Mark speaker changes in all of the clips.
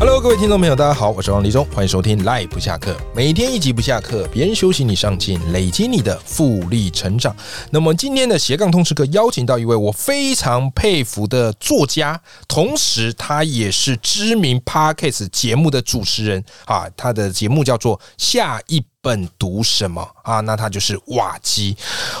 Speaker 1: Hello，各位听众朋友，大家好，我是王立忠，欢迎收听《赖不下课》，每天一集不下课，别人休息你上进，累积你的复利成长。那么今天的斜杠通识课邀请到一位我非常佩服的作家，同时他也是知名 Podcast 节目的主持人啊，他的节目叫做《下一本读什么》啊，那他就是瓦基。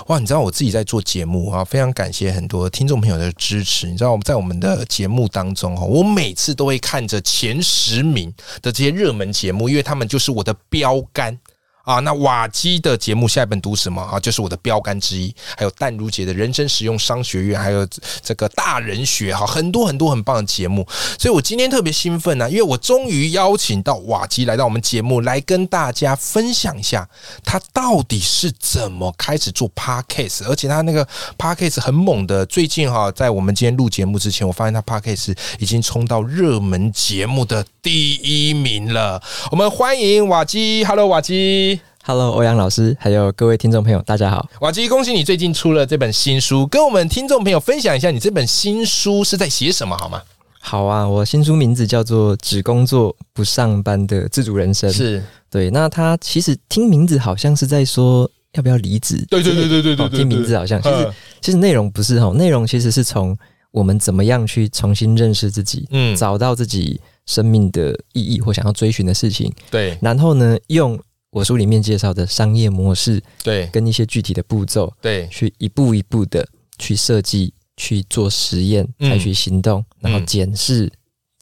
Speaker 1: 哇，你知道我自己在做节目啊，非常感谢很多听众朋友的支持。你知道我们在我们的节目当中哦，我每次都会看着前十名的这些热门节目，因为他们就是我的标杆。啊，那瓦基的节目下一本读什么啊？就是我的标杆之一，还有淡如姐的人生实用商学院，还有这个大人学哈，很多很多很棒的节目。所以我今天特别兴奋啊呢、因为我终于邀请到瓦基来到我们节目，来跟大家分享一下他到底是怎么开始做 podcast，而且他那个 podcast 很猛的。最近哈、在我们今天录节目之前，我发现他 podcast 已经冲到热门节目的第一名了。我们欢迎瓦基，Hello 瓦基。
Speaker 2: Hello，欧阳老师，还有各位听众朋友，大家好。
Speaker 1: 瓦基，恭喜你最近出了这本新书，跟我们听众朋友分享一下你这本新书是在写什么好吗？
Speaker 2: 好啊，我新书名字叫做《只工作不上班的自主人生》。
Speaker 1: 是，
Speaker 2: 对，那它其实听名字好像是在说要不要离职。
Speaker 1: 对对对对对对
Speaker 2: 哦
Speaker 1: 对
Speaker 2: 听名字好像其实
Speaker 1: 嗯
Speaker 2: 其实内容不是哦，内容其实是从我们怎么样去重新认识自己，
Speaker 1: 嗯，
Speaker 2: 找到自己生命的意义或想要追寻的事情，
Speaker 1: 对
Speaker 2: 然后呢，用我书里面介绍的商业模式
Speaker 1: 对
Speaker 2: 跟一些具体的步骤，
Speaker 1: 对，
Speaker 2: 去一步一步的去设计、去做实验、
Speaker 1: 嗯
Speaker 2: 采取行动，然后
Speaker 1: 嗯
Speaker 2: 检视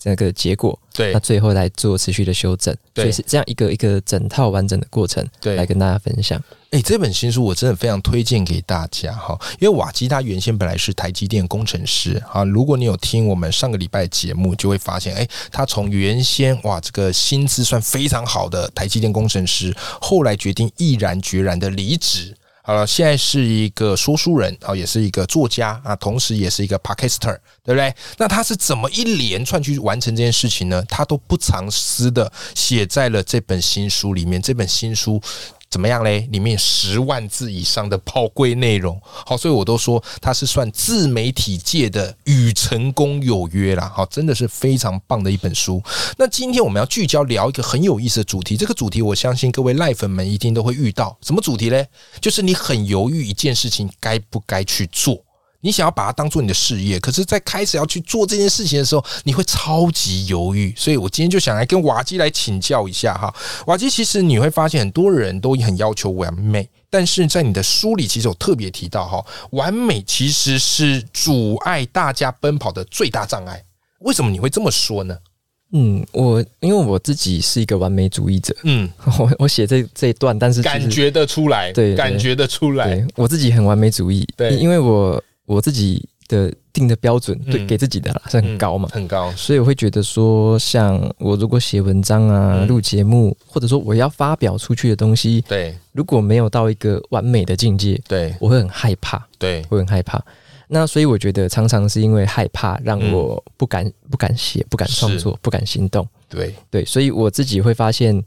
Speaker 2: 这个结果，
Speaker 1: 对
Speaker 2: 那最后来做持续的修正。
Speaker 1: 对
Speaker 2: 所以是这样一个一个整套完整的过程
Speaker 1: 对
Speaker 2: 来跟大家分享。
Speaker 1: 哎、这本新书我真的非常推荐给大家哈，因为瓦基他原先本来是台积电工程师啊。如果你有听我们上个礼拜的节目，就会发现，哎、他从原先哇这个薪资算非常好的台积电工程师，后来决定毅然决然的离职。好了，现在是一个说书人啊，也是一个作家啊，同时也是一个 podcaster，对不对？那他是怎么一连串去完成这件事情呢？他都不藏私的写在了这本新书里面。这本新书怎么样嘞？里面十万字以上的宝贵内容，好，所以我都说它是算自媒体界的与成功有约啦，好，真的是非常棒的一本书。那今天我们要聚焦聊一个很有意思的主题，这个主题我相信各位赖粉们一定都会遇到，什么主题嘞？就是你很犹豫一件事情该不该去做。你想要把它当做你的事业，可是，在开始要去做这件事情的时候，你会超级犹豫。所以我今天就想来跟瓦基来请教一下哈。瓦基，其实你会发现很多人都很要求完美，但是在你的书里其实有特别提到哈，完美其实是阻碍大家奔跑的最大障碍。为什么你会这么说呢？
Speaker 2: 嗯，我因为我自己是一个完美主义者，
Speaker 1: 嗯，
Speaker 2: 我我写这这一段，但是其实
Speaker 1: 感觉得出来，
Speaker 2: 对对
Speaker 1: 感觉得出来，
Speaker 2: 对我自己很完美主义，
Speaker 1: 对
Speaker 2: 因为我我自己的定的标准对
Speaker 1: 嗯
Speaker 2: 给自己的啦是很
Speaker 1: 嗯
Speaker 2: 高嘛，
Speaker 1: 很高，
Speaker 2: 所以我会觉得说，像我如果写文章啊、
Speaker 1: 嗯
Speaker 2: 录节目，或者说我要发表出去的东西，
Speaker 1: 对
Speaker 2: 如果没有到一个完美的境界，
Speaker 1: 对
Speaker 2: 我会很害怕，
Speaker 1: 对，
Speaker 2: 会很害怕。那所以我觉得常常是因为害怕，让
Speaker 1: 嗯
Speaker 2: 我不敢、不敢写、不敢创作、不敢行动。
Speaker 1: 对，
Speaker 2: 对，所以我自己会发现，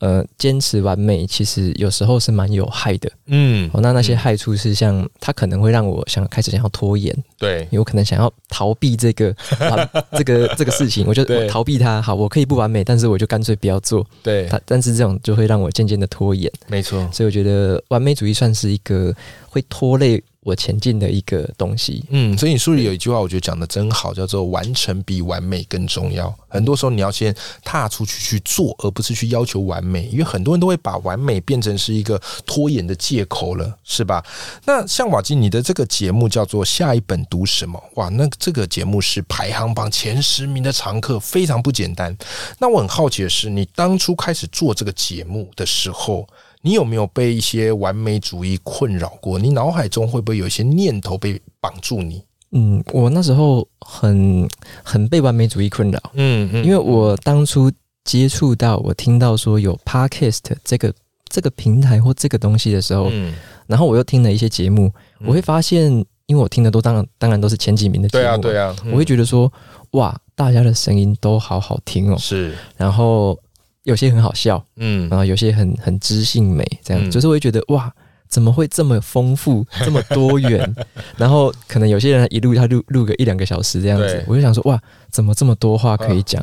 Speaker 2: 呃，坚持完美其实有时候是蛮有害的。
Speaker 1: 嗯
Speaker 2: 哦，那那些害处是像它可能会让我想开始想要拖延，
Speaker 1: 对
Speaker 2: 有可能想要逃避这 个完这个这个事情，我就
Speaker 1: 对
Speaker 2: 我逃避它。好，我可以不完美，但是我就干脆不要做。
Speaker 1: 对，
Speaker 2: 它，但是这种就会让我渐渐的拖延。
Speaker 1: 没错，
Speaker 2: 所以我觉得完美主义算是一个会拖累我前进的一个东西。
Speaker 1: 嗯，所以你书里有一句话，我觉得讲的真好，叫做“完成比完美更重要”。很多时候你要先踏出去去做，而不是去要求完美，因为很多人都会把完美变成是一个拖延的借口了，是吧？那像瓦基，你的这个节目叫做“下一本读什么”，哇，那这个节目是排行榜前十名的常客，非常不简单。那我很好奇的是，你当初开始做这个节目的时候，你有没有被一些完美主义困扰过？你脑海中会不会有一些念头被绑住你？
Speaker 2: 嗯，我那时候很很被完美主义困扰，
Speaker 1: 嗯嗯
Speaker 2: 因为我当初接触到我听到说有 podcast 这个这个平台或这个东西的时候，
Speaker 1: 嗯
Speaker 2: 然后我又听了一些节目，
Speaker 1: 嗯
Speaker 2: 我会发现因为我听的都当然当然都是前几名的节目，
Speaker 1: 对啊对啊，
Speaker 2: 我会觉得说哇，大家的声音都好好听哦，
Speaker 1: 是，
Speaker 2: 然后有些很好笑，
Speaker 1: 嗯
Speaker 2: 然后有些很很知性美，这样、
Speaker 1: 嗯
Speaker 2: 就是我会觉得哇。怎么会这么丰富，这么多元？ 然后可能有些人一录他录录个一两个小时这样子
Speaker 1: 对，啊
Speaker 2: 我就想说哇，怎么这么多话可以讲？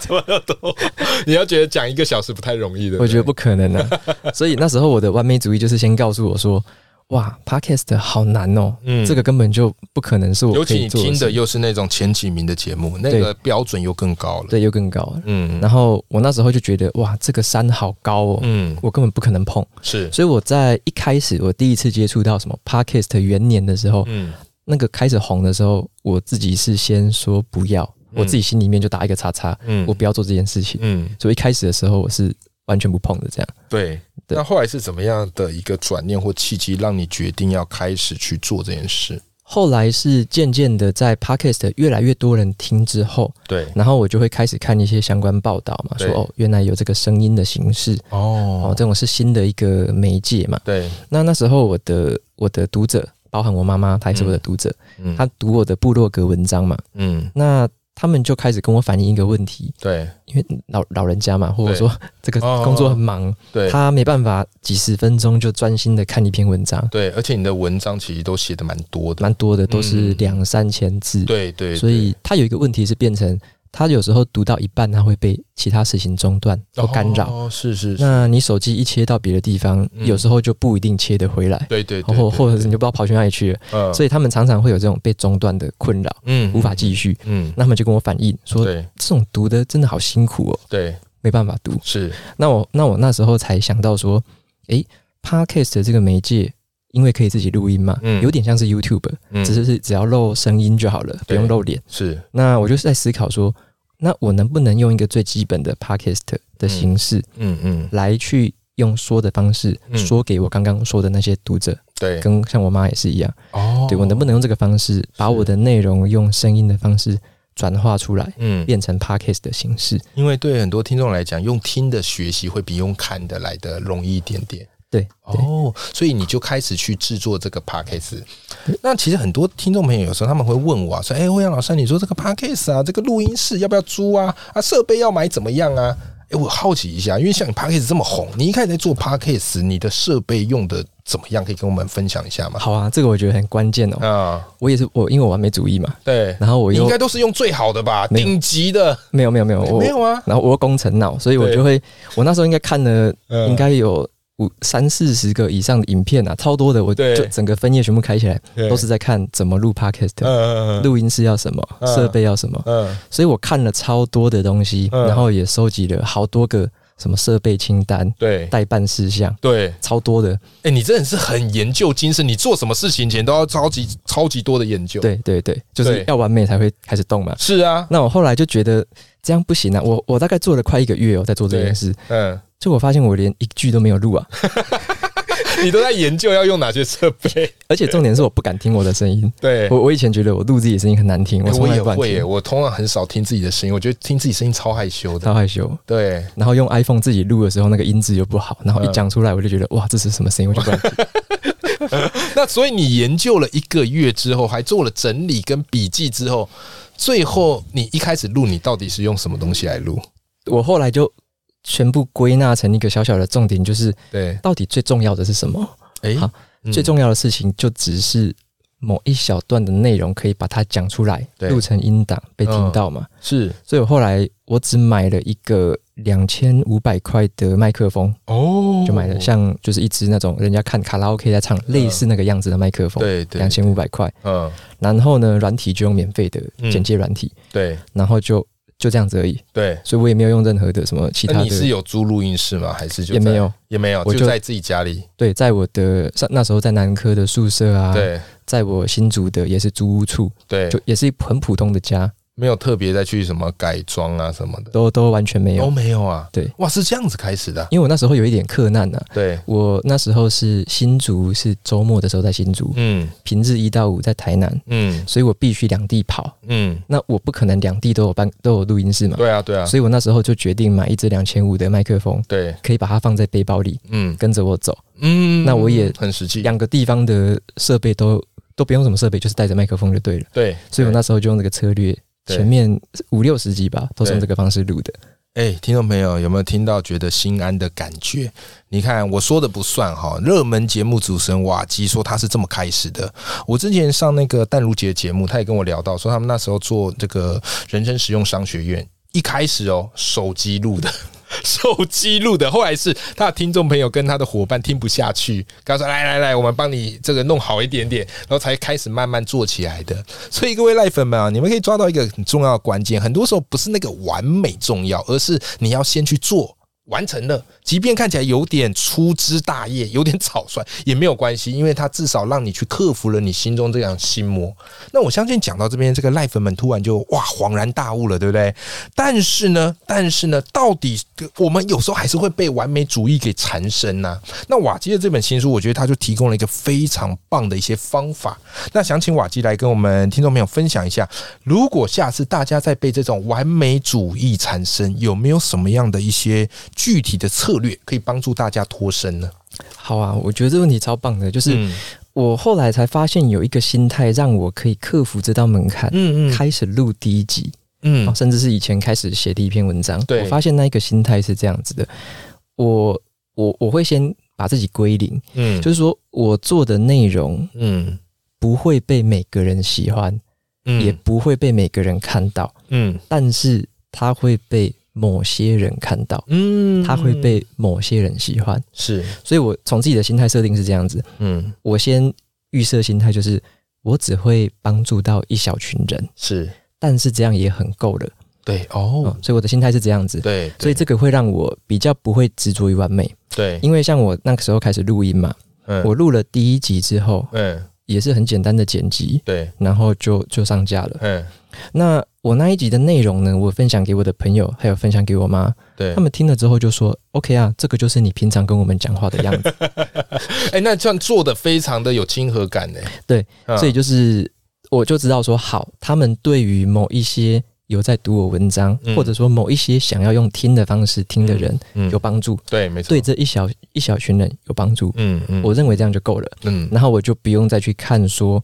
Speaker 1: 怎么都多，你要觉得讲一个小时不太容易的，
Speaker 2: 我觉得不可能啊。 所以那时候我的完美主义就是先告诉我说，哇，podcast 好难哦，
Speaker 1: 嗯
Speaker 2: 这个根本就不可能是我
Speaker 1: 尤
Speaker 2: 可
Speaker 1: 其
Speaker 2: 以
Speaker 1: 你
Speaker 2: 做
Speaker 1: 听的
Speaker 2: 事
Speaker 1: 又是那种前几名的节目，那个标准又更高了。
Speaker 2: 对又更高了。
Speaker 1: 嗯，
Speaker 2: 然后我那时候就觉得，哇，这个山好高哦，
Speaker 1: 嗯
Speaker 2: 我根本不可能碰。
Speaker 1: 是，
Speaker 2: 所以我在一开始我第一次接触到什么 podcast 元年的时候，
Speaker 1: 嗯
Speaker 2: 那个开始红的时候，我自己是先说不要，我自己心里面就打一个叉叉，
Speaker 1: 嗯
Speaker 2: 我不要做这件事情。
Speaker 1: 嗯
Speaker 2: 所以一开始的时候我是完全不碰的，这样。
Speaker 1: 对。
Speaker 2: 对
Speaker 1: 那后来是怎么样的一个转念或契机，让你决定要开始去做这件事？
Speaker 2: 后来是渐渐的，在 podcast 越来越多人听之后，
Speaker 1: 对，
Speaker 2: 然后我就会开始看一些相关报道嘛，
Speaker 1: 对
Speaker 2: 说哦，原来有这个声音的形式，哦，
Speaker 1: 哦，
Speaker 2: 这种是新的一个媒介嘛。
Speaker 1: 对，
Speaker 2: 那那时候我的我的读者，包含我妈妈，她也是我的读者，
Speaker 1: 嗯
Speaker 2: 她读我的部落格文章嘛，
Speaker 1: 嗯，
Speaker 2: 那他们就开始跟我反映一个问题，
Speaker 1: 对
Speaker 2: 因为老老人家嘛，或者
Speaker 1: 对
Speaker 2: 说这个
Speaker 1: 哦
Speaker 2: 工作很忙，
Speaker 1: 对
Speaker 2: 他没办法几十分钟就专心的看一篇文章，
Speaker 1: 对，而且你的文章其实都写的蛮多的，
Speaker 2: 蛮多的，都是
Speaker 1: 嗯
Speaker 2: 两三千字，
Speaker 1: 对对，
Speaker 2: 所以他有一个问题是变成他有时候读到一半，他会被其他事情中断
Speaker 1: 对
Speaker 2: 或干扰。
Speaker 1: 哦，是是是，
Speaker 2: 那你手机一切到别的地方，
Speaker 1: 嗯
Speaker 2: 有时候就不一定切得回来，
Speaker 1: 对对，
Speaker 2: 或或者是你就不知道跑去哪里去了。
Speaker 1: 嗯
Speaker 2: 所以他们常常会有这种被中断的困扰，
Speaker 1: 嗯
Speaker 2: 无法继续。
Speaker 1: 嗯，
Speaker 2: 那他们就跟我反映说，
Speaker 1: 对
Speaker 2: 这种读的真的好辛苦哦，
Speaker 1: 对
Speaker 2: 没办法读。
Speaker 1: 是，
Speaker 2: 那我那我那时候才想到说，诶 p o d c a s t 这个媒介。因为可以自己录音嘛，
Speaker 1: 嗯
Speaker 2: 有点像是 YouTube，、
Speaker 1: 嗯
Speaker 2: 只是是只要露声音就好了，不用
Speaker 1: 对
Speaker 2: 露脸。
Speaker 1: 是
Speaker 2: 那我就是在思考说，那我能不能用一个最基本的 podcast 的形式
Speaker 1: 嗯嗯
Speaker 2: 来去用说的方式
Speaker 1: 嗯
Speaker 2: 说给我刚刚说的那些读者，
Speaker 1: 对
Speaker 2: 跟像我妈也是一样，
Speaker 1: 哦
Speaker 2: 对我能不能用这个方式把我的内容用声音的方式转化出来，
Speaker 1: 嗯
Speaker 2: 变成 podcast 的形式？
Speaker 1: 因为对很多听众来讲，用听的学习会比用看的来的容易一点点。
Speaker 2: 对，对，
Speaker 1: 哦，所以你就开始去制作这个 podcast。那其实很多听众朋友有时候他们会问我啊，说：“哎、欧阳老师，你说这个 podcast 啊，这个录音室要不要租啊？啊，设备要买怎么样啊？”哎、我好奇一下，因为像你 podcast 这么红，你一开始在做 podcast，你的设备用的怎么样？可以跟我们分享一下吗？
Speaker 2: 好啊，这个我觉得很关键哦。
Speaker 1: 啊，
Speaker 2: 我也是我，因为我完美主义嘛，
Speaker 1: 对，
Speaker 2: 然后我
Speaker 1: 你应
Speaker 2: 又
Speaker 1: 该都是用最好的吧，
Speaker 2: 没有
Speaker 1: 顶级的，
Speaker 2: 没有没有没有我
Speaker 1: 没有啊？
Speaker 2: 然后我又工程脑，所以我
Speaker 1: 对
Speaker 2: 就会，我那时候应该看了
Speaker 1: 嗯
Speaker 2: 应该有五三四十个以上的影片啊，超多的，我
Speaker 1: 对
Speaker 2: 就整个分页全部开起来，
Speaker 1: 对
Speaker 2: 都是在看怎么录 podcast，
Speaker 1: 嗯嗯
Speaker 2: 录音室要什么，
Speaker 1: 嗯
Speaker 2: 设备要什么，
Speaker 1: 嗯
Speaker 2: 所以我看了超多的东西，
Speaker 1: 嗯
Speaker 2: 然后也收集了好多个什么设备清单、
Speaker 1: 对
Speaker 2: 代办事项，
Speaker 1: 对。
Speaker 2: 超多的。
Speaker 1: 哎、你真的是很研究精深，你做什么事情前都要超级超级多的研究。，
Speaker 2: 对对对，就是
Speaker 1: 对
Speaker 2: 要完美才会开始动嘛。
Speaker 1: 是啊，
Speaker 2: 那我后来就觉得这样不行啊，我我大概做了快一个月哦，在做这件事，
Speaker 1: 嗯，
Speaker 2: 就我发现我连一句都没有录啊，
Speaker 1: 你都在研究要用哪些设 备。
Speaker 2: 而且重点是我不敢听我的声音。
Speaker 1: 对，
Speaker 2: 我我以前觉得我录自己的声音很难听，
Speaker 1: 哎
Speaker 2: 我从来
Speaker 1: 也
Speaker 2: 不敢
Speaker 1: 会耶，
Speaker 2: 听，
Speaker 1: 我通常很少听自己的声音，我觉得听自己声音超害羞的。
Speaker 2: 超害羞。
Speaker 1: 对，
Speaker 2: 然后用 iPhone 自己录的时候，那个音质又不好，然后一讲出
Speaker 1: 嗯
Speaker 2: 来我就觉得哇，这是什么声音，我就不敢听。
Speaker 1: 那所以你研究了一个月之后，还做了整理跟笔记之后，最后你一开始录，你到底是用什么东西来录？
Speaker 2: 我后来就全部归纳成一个小小的重点，就是
Speaker 1: 对，
Speaker 2: 到底最重要的是什么？
Speaker 1: 哎、
Speaker 2: 好
Speaker 1: 嗯
Speaker 2: 最重要的事情就只是某一小段的内容可以把它讲出来，
Speaker 1: 对
Speaker 2: 录成音档被听到嘛。
Speaker 1: 是
Speaker 2: 所以我后来我只买了一个两千五百块的麦克风，
Speaker 1: 哦
Speaker 2: 就买了像就是一支那种人家看卡拉 OK 在唱类似那个样子的麦克风，
Speaker 1: 对对
Speaker 2: 两，千五百块。
Speaker 1: 嗯，
Speaker 2: 然后呢，软体就用免费的剪接软体，
Speaker 1: 对
Speaker 2: 然后就就这样子而已。
Speaker 1: 对。
Speaker 2: 所以我也没有用任何的什么其
Speaker 1: 那
Speaker 2: 他
Speaker 1: 你是
Speaker 2: 的，
Speaker 1: 有租录音室吗？还是就
Speaker 2: 也
Speaker 1: 在
Speaker 2: 没有。
Speaker 1: 也没有，
Speaker 2: 我
Speaker 1: 就
Speaker 2: 就
Speaker 1: 在自己家里。
Speaker 2: 对，在我的上那时候在南科的宿舍啊，
Speaker 1: 对
Speaker 2: 在我新竹的也是租屋处，
Speaker 1: 对，
Speaker 2: 就也是很普通的家，
Speaker 1: 没有特别再去什么改装啊什么的，
Speaker 2: 都都完全没有
Speaker 1: 都。没有啊。
Speaker 2: 对，
Speaker 1: 哇，是这样子开始的啊。
Speaker 2: 因为我那时候有一点克难啊，
Speaker 1: 对，
Speaker 2: 我那时候是新竹，是周末的时候在新竹，
Speaker 1: 嗯
Speaker 2: 平日一到五在台南，
Speaker 1: 嗯
Speaker 2: 所以我必须两地跑。
Speaker 1: 嗯，
Speaker 2: 那我不可能两地都有办都有录音室嘛，
Speaker 1: 对啊对啊，
Speaker 2: 所以我那时候就决定买一支两千五的麦克风，
Speaker 1: 对，
Speaker 2: 可以把它放在背包里，
Speaker 1: 嗯
Speaker 2: 跟着我走，
Speaker 1: 嗯，
Speaker 2: 那我也
Speaker 1: 很实际。
Speaker 2: 两个地方的设备都都不用什么设备，就是带着麦克风就对了。
Speaker 1: 对，
Speaker 2: 所以我那时候就用这个策略，
Speaker 1: 对
Speaker 2: 前面五六十集吧，都是用这个方式录的。
Speaker 1: 哎，听众朋友有没有听到觉得心安的感觉？你看我说的不算哈，热门节目主持人瓦基说他是这么开始的。我之前上那个淡如姐的节目，他也跟我聊到说，他们那时候做这个人生实用商学院，一开始哦手机录的。 手机录的，后来是他的听众朋友跟他的伙伴听不下去，跟他说：“来来来，我们帮你这个弄好一点点。”然后才开始慢慢做起来的。所以各位赖粉们啊，你们可以抓到一个很重要的关键，很多时候不是那个完美重要，而是你要先去做。完成了，即便看起来有点粗枝大叶，有点草率也没有关系，因为它至少让你去克服了你心中这样心魔。那我相信讲到这边，这个赖粉们突然就哇恍然大悟了，对不对？但是呢，但是呢，到底我们有时候还是会被完美主义给缠身呐、啊那瓦基的这本新书，我觉得他就提供了一个非常棒的一些方法。那想请瓦基来跟我们听众朋友分享一下，如果下次大家在被这种完美主义缠身，有没有什么样的一些具体的策略可以帮助大家脱身呢？
Speaker 2: 好啊，我觉得这个问题超棒的，就是
Speaker 1: 嗯
Speaker 2: 我后来才发现有一个心态让我可以克服这道门槛，
Speaker 1: 嗯
Speaker 2: 开始录第一集，哦
Speaker 1: 嗯
Speaker 2: 甚至是以前开始写第一篇文章。
Speaker 1: 对
Speaker 2: 我发现那一个心态是这样子的，我我我会先把自己归零，
Speaker 1: 嗯，
Speaker 2: 就是是说我做的内容
Speaker 1: 嗯
Speaker 2: 不会被每个人喜欢，
Speaker 1: 嗯
Speaker 2: 也不会被每个人看到，
Speaker 1: 嗯
Speaker 2: 但是它会被某些人看到，
Speaker 1: 嗯
Speaker 2: 它会被某些人喜欢。
Speaker 1: 是
Speaker 2: 所以我从自己的心态设定是这样子，
Speaker 1: 嗯
Speaker 2: 我先预设心态就是我只会帮助到一小群人，
Speaker 1: 是
Speaker 2: 但是这样也很够了。
Speaker 1: 对
Speaker 2: 哦
Speaker 1: 哦，
Speaker 2: 所以我的心态是这样子。
Speaker 1: 对，
Speaker 2: 所以这个会让我比较不会执着于完美，
Speaker 1: 对
Speaker 2: 因为像我那个时候开始录音嘛，
Speaker 1: 嗯
Speaker 2: 我录了第一集之后，
Speaker 1: 嗯
Speaker 2: 也是很简单的剪辑，
Speaker 1: 对
Speaker 2: 然后就就上架了。
Speaker 1: 嗯
Speaker 2: 那我那一集的内容呢，我分享给我的朋友，还有分享给我妈，
Speaker 1: 对
Speaker 2: 他们听了之后就说：“OK 啊，这个就是你平常跟我们讲话的 样子。
Speaker 1: 哎、那这样做的非常的有亲和感呢、
Speaker 2: 对
Speaker 1: 嗯，”
Speaker 2: 所以就是我就知道说，好，他们对于某一些有在读我文章，
Speaker 1: 嗯
Speaker 2: 或者说某一些想要用听的方式听的人
Speaker 1: 嗯
Speaker 2: 有帮助，
Speaker 1: 对，没错，
Speaker 2: 对这一小一小群人有帮助，
Speaker 1: 嗯嗯，
Speaker 2: 我认为这样就够了。
Speaker 1: 嗯，
Speaker 2: 然后我就不用再去看说，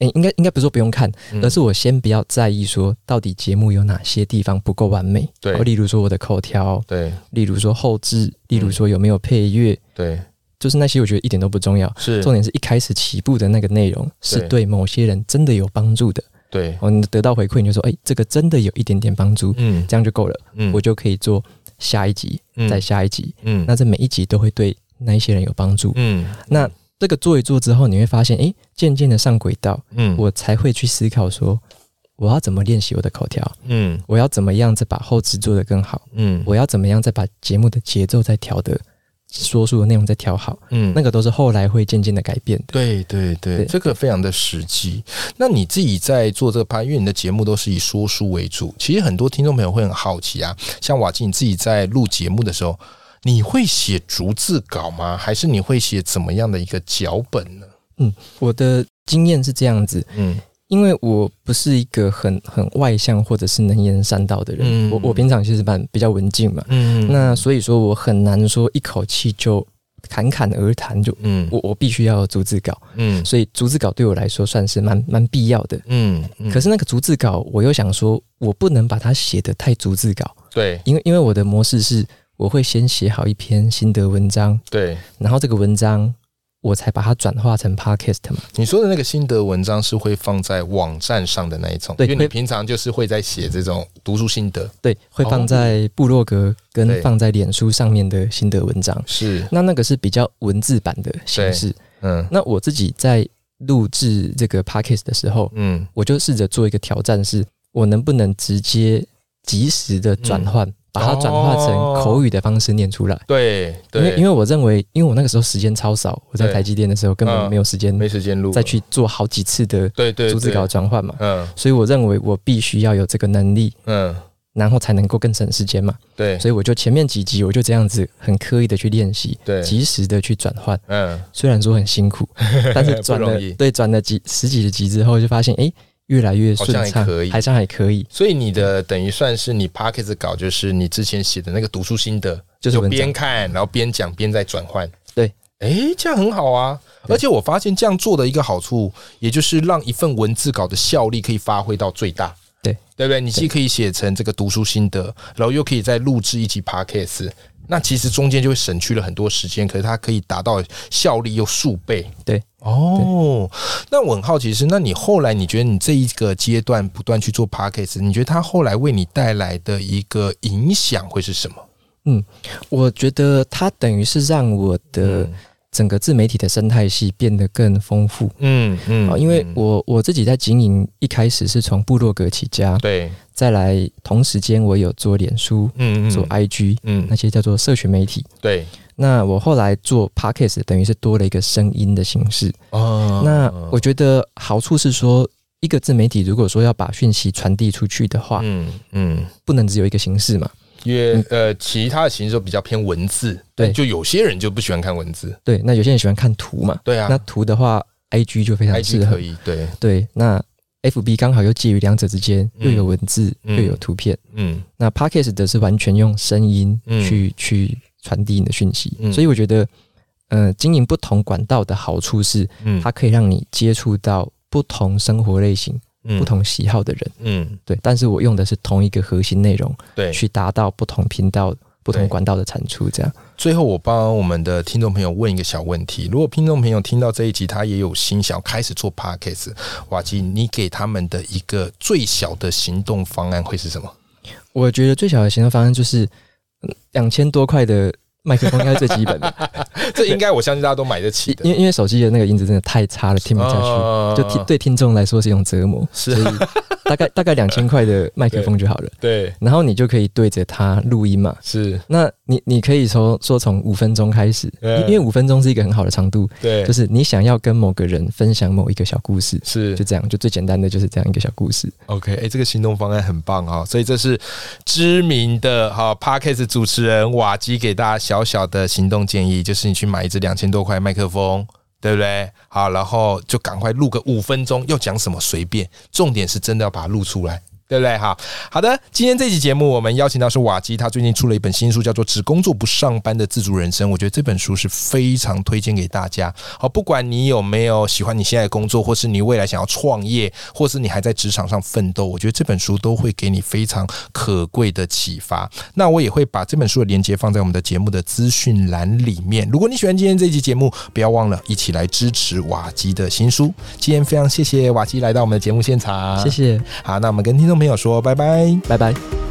Speaker 2: 诶、应该应该不是说不用看，
Speaker 1: 嗯
Speaker 2: 而是我先不要在意说到底节目有哪些地方不够完美。
Speaker 1: 对嗯
Speaker 2: 哦例如说我的口条，
Speaker 1: 对
Speaker 2: 例如说后置，例如说有没有配乐，
Speaker 1: 对
Speaker 2: 就是那些我觉得一点都不重要。
Speaker 1: 是，
Speaker 2: 重点是一开始起步的那个内容是对某些人真的有帮助的，
Speaker 1: 对，
Speaker 2: 哦，你得到回馈你就说，诶，这个真的有一点点帮助，
Speaker 1: 嗯
Speaker 2: 这样就够了，
Speaker 1: 嗯
Speaker 2: 我就可以做下一集，
Speaker 1: 嗯
Speaker 2: 再下一集，
Speaker 1: 嗯
Speaker 2: 那这每一集都会对那一些人有帮助。
Speaker 1: 嗯
Speaker 2: 那这个做一做之后，你会发现，诶，渐渐的上轨道，
Speaker 1: 嗯
Speaker 2: 我才会去思考说，我要怎么练习我的口条，
Speaker 1: 嗯
Speaker 2: 我要怎么样再把后置做得更好，
Speaker 1: 嗯
Speaker 2: 我要怎么样再把节目的节奏再调的，说述的内容再调好，
Speaker 1: 嗯
Speaker 2: 那个都是后来会渐渐的改变的。
Speaker 1: 对对对，
Speaker 2: 对
Speaker 1: 这个非常的实际。那你自己在做这个拍，因为你的节目都是以说书为主，其实很多听众朋友会很好奇啊，像瓦基你自己在录节目的时候，你会写逐字稿吗？还是你会写怎么样的一个脚本呢？
Speaker 2: 我的经验是这样子，
Speaker 1: 嗯
Speaker 2: 因为我不是一个很很外向或者是能言善道的人，
Speaker 1: 嗯
Speaker 2: 我我平常其实蛮比较文静嘛，
Speaker 1: 嗯
Speaker 2: 那所以说我很难说一口气就侃侃而谈，就
Speaker 1: 嗯
Speaker 2: 我我必须要有逐字稿，
Speaker 1: 嗯
Speaker 2: 所以逐字稿对我来说算是蛮蛮必要的。
Speaker 1: 嗯嗯，
Speaker 2: 可是那个逐字稿，我又想说，我不能把它写得太逐字稿，
Speaker 1: 对
Speaker 2: 因为因为我的模式是，我会先写好一篇心得文章，
Speaker 1: 对，
Speaker 2: 然后这个文章我才把它转化成 podcast 嘛。
Speaker 1: 你说的那个心得文章是会放在网站上的那一种，
Speaker 2: 对
Speaker 1: 因为你
Speaker 2: 会
Speaker 1: 平常就是会在写这种读书心得，
Speaker 2: 对，会放在部落格跟放在脸书上面的心得文章。
Speaker 1: 是
Speaker 2: 那那个是比较文字版的形式。
Speaker 1: 嗯
Speaker 2: 那我自己在录制这个 podcast 的时候，
Speaker 1: 嗯
Speaker 2: 我就试着做一个挑战是，我能不能直接及时的转换，
Speaker 1: 嗯
Speaker 2: 把它转化成口语的方式念出来。
Speaker 1: 对
Speaker 2: 因为
Speaker 1: 哦
Speaker 2: 因
Speaker 1: 对，
Speaker 2: 为我认为，因为我那个时候时间超少，我在
Speaker 1: 对
Speaker 2: 台积电的时候根本没有时间
Speaker 1: 没时间录了
Speaker 2: 再去做好几次的
Speaker 1: 对对
Speaker 2: 逐字
Speaker 1: 对
Speaker 2: 稿转换嘛，
Speaker 1: 嗯
Speaker 2: 所以我认为我必须要有这个能力，
Speaker 1: 嗯
Speaker 2: 然后才能够更省时间嘛。
Speaker 1: 对
Speaker 2: 所以我就前面几集我就这样子很刻意的去练习，
Speaker 1: 对
Speaker 2: 及时的去转换，
Speaker 1: 嗯
Speaker 2: 虽然说很辛 苦，但是转
Speaker 1: 不
Speaker 2: 了
Speaker 1: 容易
Speaker 2: 对转了几十几集之后，就发现哎、诶越来越顺
Speaker 1: 好像
Speaker 2: 畅
Speaker 1: 还可以，
Speaker 2: 好像还可以，
Speaker 1: 所以你的等于算是你 p o c k e t 稿，就是你之前写的那个读书心得，
Speaker 2: 就是文章
Speaker 1: 边看然后边讲边再转换。
Speaker 2: 对，
Speaker 1: 诶，这样很好啊！而且我发现这样做的一个好处，也就是让一份文字稿的效力可以发挥到最大。
Speaker 2: 对，
Speaker 1: 对不对？你既可以写成这个读书心得，然后又可以再录制一集 podcast，那其实中间就会省去了很多时间，可是它可以达到效率又数倍。
Speaker 2: 对，
Speaker 1: 哦，那我很好奇是，那你后来你觉得你这一个阶段不断去做 podcast，你觉得它后来为你带来的一个影响会是什么？
Speaker 2: 嗯，我觉得它等于是让我的、嗯。整个自媒体的生态系变得更丰富，
Speaker 1: 嗯嗯，
Speaker 2: 啊、嗯，因为我我自己在经营，一开始是从部落格起家，
Speaker 1: 对，
Speaker 2: 再来同时间我有做脸书，
Speaker 1: 嗯嗯，
Speaker 2: 做 IG，嗯，那些叫做社群媒体，
Speaker 1: 对。
Speaker 2: 那我后来做 podcast，等于是多了一个声音的形式，
Speaker 1: 哦。
Speaker 2: 那我觉得好处是说，一个自媒体如果说要把讯息传递出去的话，
Speaker 1: 嗯嗯，
Speaker 2: 不能只有一个形式嘛。
Speaker 1: 因为呃，其他的形式比较偏文字，
Speaker 2: 嗯对，
Speaker 1: 就有些人就不喜欢看文字，
Speaker 2: 对，那有些人喜欢看图嘛，
Speaker 1: 对啊，
Speaker 2: 那图的话，I G 就非常适合，
Speaker 1: 可以对
Speaker 2: 对，那 F B 刚好又介于两者之间，又有文字、嗯、又有图片，
Speaker 1: 嗯，嗯
Speaker 2: 那 Podcast 的是完全用声音去、嗯、去传递你的讯息，所以我觉得，呃，经营不同管道的好处是，
Speaker 1: 嗯
Speaker 2: 它可以让你接触到不同生活类型。不同喜好的人，
Speaker 1: 嗯，
Speaker 2: 对，但是我用的是同一个核心内容，
Speaker 1: 对，
Speaker 2: 去达到不同频道、不同管道的产出，这样。
Speaker 1: 最后，我帮我们的听众朋友问一个小问题：如果听众朋友听到这一集，他也有心想开始做 podcast，瓦基，你给他们的一个最小的行动方案会是什么？
Speaker 2: 我觉得最小的行动方案就是两千多块的。麦克风应该最基本 的
Speaker 1: 这应该我相信大家都买得起的。啊
Speaker 2: 因为因为手机的那个音质真的太差了，听不下去，哦、就听对听众来说是一种折磨。
Speaker 1: 是，啊
Speaker 2: 所以大 概大概两千块的麦克风就好了。
Speaker 1: 对，
Speaker 2: 然后你就可以对着它录音嘛。
Speaker 1: 是，
Speaker 2: 那你你可以说说从五分钟开始，因为五分钟是一个很好的长度。
Speaker 1: 对，
Speaker 2: 就是你想要跟某个人分享某一个小故事，
Speaker 1: 是
Speaker 2: 就这样，就最简单的就是这样一个小故事。
Speaker 1: OK，哎、欸，这个行动方案很棒哈、哦，所以这是知名的哈 Parkes 主持人瓦基给大家。小小的行动建议就是你去买一支两千多块麦克风，对不对？好，然后就赶快录个五分钟，要讲什么随便，重点是真的要把它录出来。对不对？好好的，今天这期节目我们邀请到是瓦基，他最近出了一本新书，叫做《只工作不上班的自主人生》。我觉得这本书是非常推荐给大家。好，不管你有没有喜欢你现在的工作，或是你未来想要创业，或是你还在职场上奋斗，我觉得这本书都会给你非常可贵的启发。那我也会把这本书的链接放在我们的节目的资讯栏里面。如果你喜欢今天这期节目，不要忘了一起来支持瓦基的新书。今天非常谢谢瓦基来到我们的节目现场，
Speaker 2: 谢谢。
Speaker 1: 好，那我们跟听众。朋友说，拜拜，
Speaker 2: 拜拜。